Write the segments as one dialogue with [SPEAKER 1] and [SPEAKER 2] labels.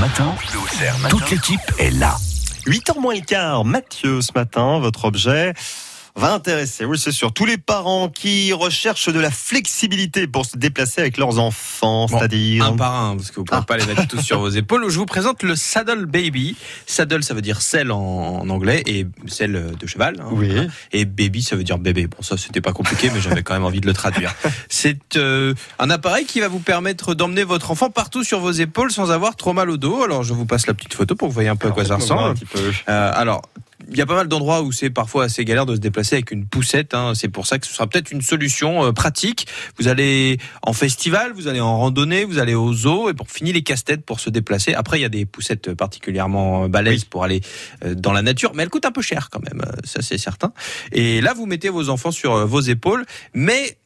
[SPEAKER 1] matin, le Auxerre matin, toute l'équipe est là.
[SPEAKER 2] 8h moins le quart, Mathieu, ce matin, votre objet va intéresser, oui c'est sûr, tous les parents qui recherchent de la flexibilité pour se déplacer avec leurs enfants,
[SPEAKER 3] Bon,
[SPEAKER 2] c'est-à-dire...
[SPEAKER 3] Un par un, parce que vous ne
[SPEAKER 2] Ah.
[SPEAKER 3] pouvez pas les mettre tous sur vos épaules. Je vous présente le Saddle Baby. Saddle, ça veut dire selle en, en anglais et selle de cheval. hein,
[SPEAKER 2] Oui.
[SPEAKER 3] voilà. Et baby, ça veut dire bébé. Bon, ça, c'était pas compliqué, mais j'avais quand même envie de le traduire. C'est euh, un appareil qui va vous permettre d'emmener votre enfant partout sur vos épaules sans avoir trop mal au dos. Alors, je vous passe la petite photo pour que vous voyez un peu à quoi ça
[SPEAKER 2] Alors, on va voir un
[SPEAKER 3] ressemble.
[SPEAKER 2] petit peu.
[SPEAKER 3] Euh, alors, il y a pas mal d'endroits où c'est parfois assez galère de se déplacer avec une poussette. hein. C'est pour ça que ce sera peut-être une solution euh, pratique. Vous allez en festival, vous allez en randonnée, vous allez au zoo et pour finir les casse-têtes pour se déplacer. Après, il y a des poussettes particulièrement euh, balèzes pour aller euh, dans la nature, mais elles coûtent un peu cher quand même, euh, ça c'est certain. Et là, vous mettez vos enfants sur euh, vos épaules, mais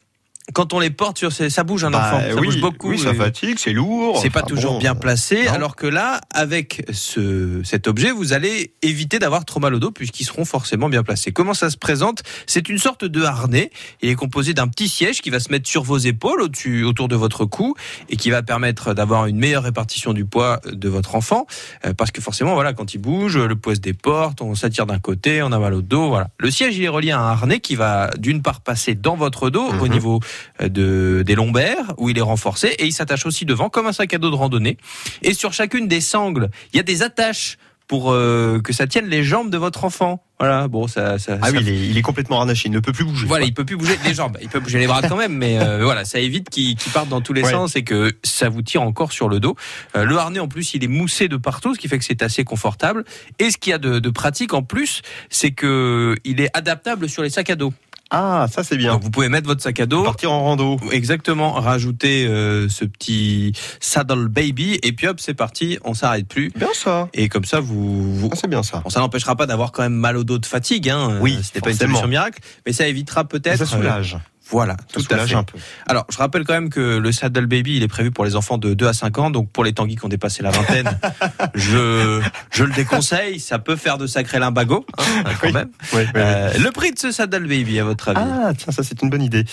[SPEAKER 3] quand on les porte sur ces, ça bouge un
[SPEAKER 2] Bah,
[SPEAKER 3] enfant, ça
[SPEAKER 2] oui,
[SPEAKER 3] bouge beaucoup.
[SPEAKER 2] oui, ça
[SPEAKER 3] euh,
[SPEAKER 2] fatigue, c'est lourd.
[SPEAKER 3] c'est pas
[SPEAKER 2] Enfin,
[SPEAKER 3] toujours
[SPEAKER 2] Ah bon,
[SPEAKER 3] bien placé,
[SPEAKER 2] non.
[SPEAKER 3] alors que là, avec ce, cet objet, vous allez éviter d'avoir trop mal au dos puisqu'ils seront forcément bien placés. Comment ça se présente C'est une sorte de harnais. Il est composé d'un petit siège qui va se mettre sur vos épaules, au-dessus, autour de votre cou, et qui va permettre d'avoir une meilleure répartition du poids de votre enfant, Euh, parce que forcément, voilà, quand il bouge, le poids se déporte, on s'attire d'un côté, on a mal au dos, voilà. Le siège, il est relié à un harnais qui va d'une part passer dans votre dos, au
[SPEAKER 2] Mhm.
[SPEAKER 3] niveau euh, de, des lombaires où il est renforcé et il s'attache aussi devant comme un sac à dos de randonnée. Et sur chacune des sangles, il y a des attaches pour euh, que ça tienne les jambes de votre enfant. Voilà, bon, ça. ça
[SPEAKER 2] Ah
[SPEAKER 3] ça-
[SPEAKER 2] oui, il est, il est complètement harnaché, il ne peut plus bouger.
[SPEAKER 3] Voilà, il peut plus bouger les jambes. Il peut bouger les bras quand même, mais euh, voilà, ça évite qu'il qu'il parte dans tous les
[SPEAKER 2] Ouais.
[SPEAKER 3] sens et que ça vous tire encore sur le dos. Euh, le harnais, en plus, il est moussé de partout, ce qui fait que c'est assez confortable. Et ce qu'il y a de, de pratique, en plus, c'est que il est adaptable sur les sacs à dos.
[SPEAKER 2] Ah, ça c'est bien.
[SPEAKER 3] Donc, vous pouvez mettre votre sac à dos,
[SPEAKER 2] Partir en rando.
[SPEAKER 3] Exactement, rajouter euh, ce petit saddle baby et puis hop, c'est parti, on s'arrête plus.
[SPEAKER 2] Bien ça.
[SPEAKER 3] Et comme ça, vous, vous-
[SPEAKER 2] Ah, c'est bien ça.
[SPEAKER 3] Bon, ça n'empêchera pas d'avoir quand même mal au dos de fatigue. Hein.
[SPEAKER 2] Oui,
[SPEAKER 3] Euh, c'était pas une
[SPEAKER 2] forcément.
[SPEAKER 3] solution miracle, mais ça évitera peut-être.
[SPEAKER 2] Ça soulage.
[SPEAKER 3] euh, voilà,
[SPEAKER 2] Ça
[SPEAKER 3] tout à
[SPEAKER 2] soulage
[SPEAKER 3] fait.
[SPEAKER 2] un peu.
[SPEAKER 3] Alors, je rappelle quand même que le saddle baby, il est prévu pour les enfants de 2 à 5 ans. Donc, pour les tanguis qui ont dépassé la vingtaine, je, je le déconseille. Ça peut faire de sacrés limbagos, hein, quand
[SPEAKER 2] Oui,
[SPEAKER 3] même.
[SPEAKER 2] Ouais, ouais, ouais.
[SPEAKER 3] Euh, le prix de ce saddle baby, à votre avis
[SPEAKER 2] Ah tiens, ça c'est une bonne idée.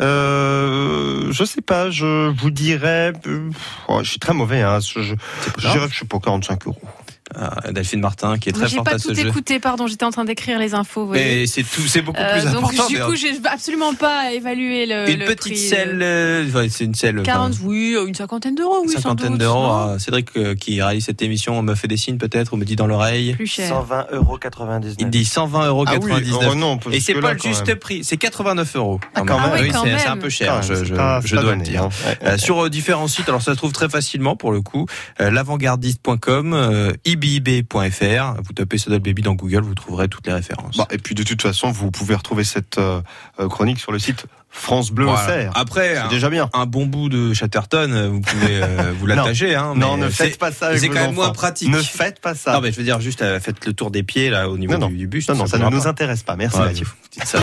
[SPEAKER 2] Euh, je sais pas, je vous dirais, euh, oh, je suis très mauvais. Hein, je, je, je dirais que je suis pour 45 euros.
[SPEAKER 3] Ah, Delphine Martin, qui est
[SPEAKER 4] Mais
[SPEAKER 3] très
[SPEAKER 4] J'ai
[SPEAKER 3] forte à
[SPEAKER 4] pas
[SPEAKER 3] ce
[SPEAKER 4] tout
[SPEAKER 3] jeu.
[SPEAKER 4] écouté, pardon, j'étais en train d'écrire les infos. vous voyez.
[SPEAKER 3] Mais c'est tout, c'est beaucoup
[SPEAKER 4] Euh,
[SPEAKER 3] plus
[SPEAKER 4] donc
[SPEAKER 3] important.
[SPEAKER 4] du
[SPEAKER 3] mais,
[SPEAKER 4] coup,
[SPEAKER 3] euh,
[SPEAKER 4] j'ai absolument pas évalué le,
[SPEAKER 3] une
[SPEAKER 4] le
[SPEAKER 3] petite
[SPEAKER 4] prix.
[SPEAKER 3] selle, euh, ouais, c'est une selle.
[SPEAKER 4] 40,
[SPEAKER 3] enfin,
[SPEAKER 4] oui, une cinquantaine d'euros, oui, sans
[SPEAKER 3] cinquantaine
[SPEAKER 4] doute,
[SPEAKER 3] d'euros.
[SPEAKER 4] non
[SPEAKER 3] Ah, Cédric euh, qui réalise cette émission me fait des signes peut-être ou me dit dans l'oreille.
[SPEAKER 4] Plus cher.
[SPEAKER 5] 120 euros 99.
[SPEAKER 3] Il dit 120,99 euros.
[SPEAKER 2] oh non,
[SPEAKER 3] Et c'est
[SPEAKER 2] jusque-là,
[SPEAKER 3] pas le
[SPEAKER 2] quand
[SPEAKER 3] juste
[SPEAKER 2] même.
[SPEAKER 3] prix, c'est 89 euros.
[SPEAKER 2] quand même. Ah
[SPEAKER 3] Oui,
[SPEAKER 4] oui, quand
[SPEAKER 3] c'est- c'est
[SPEAKER 4] même.
[SPEAKER 3] un peu
[SPEAKER 2] Quand
[SPEAKER 3] cher,
[SPEAKER 2] même,
[SPEAKER 3] je,
[SPEAKER 2] c'est
[SPEAKER 3] je-
[SPEAKER 2] pas-
[SPEAKER 3] je
[SPEAKER 2] c'est pas
[SPEAKER 3] dois le
[SPEAKER 2] donné,
[SPEAKER 3] dire.
[SPEAKER 2] hein. Ouais,
[SPEAKER 3] Euh,
[SPEAKER 2] ouais.
[SPEAKER 3] sur euh, différents sites, alors ça se trouve très facilement pour le coup, euh, l'avantgardiste.com, euh, ibib.fr, vous tapez Saddle Baby dans Google, vous trouverez toutes les références.
[SPEAKER 2] Bon, Bah, et puis de toute façon, vous pouvez retrouver cette euh, euh, chronique sur le site France Bleu
[SPEAKER 3] Voilà. Ah,
[SPEAKER 2] Auxerre.
[SPEAKER 3] Après,
[SPEAKER 2] C'est
[SPEAKER 3] un-
[SPEAKER 2] déjà bien.
[SPEAKER 3] un bon bout de Chatterton, euh, vous pouvez euh, vous l'attacher. hein,
[SPEAKER 2] non,
[SPEAKER 3] mais
[SPEAKER 2] ne
[SPEAKER 3] c'est-
[SPEAKER 2] faites pas ça avec
[SPEAKER 3] c'est
[SPEAKER 2] vos
[SPEAKER 3] quand même
[SPEAKER 2] enfants.
[SPEAKER 3] moins pratique.
[SPEAKER 2] Ne faites pas ça.
[SPEAKER 3] Non, mais je veux dire, juste euh, faites le tour des pieds là au niveau
[SPEAKER 2] Non,
[SPEAKER 3] du, du buste.
[SPEAKER 2] non, non, ça ne
[SPEAKER 3] pourra
[SPEAKER 2] nous
[SPEAKER 3] pas.
[SPEAKER 2] intéresse pas. Merci
[SPEAKER 3] Ouais,
[SPEAKER 2] Mathieu.
[SPEAKER 3] vous dites ça.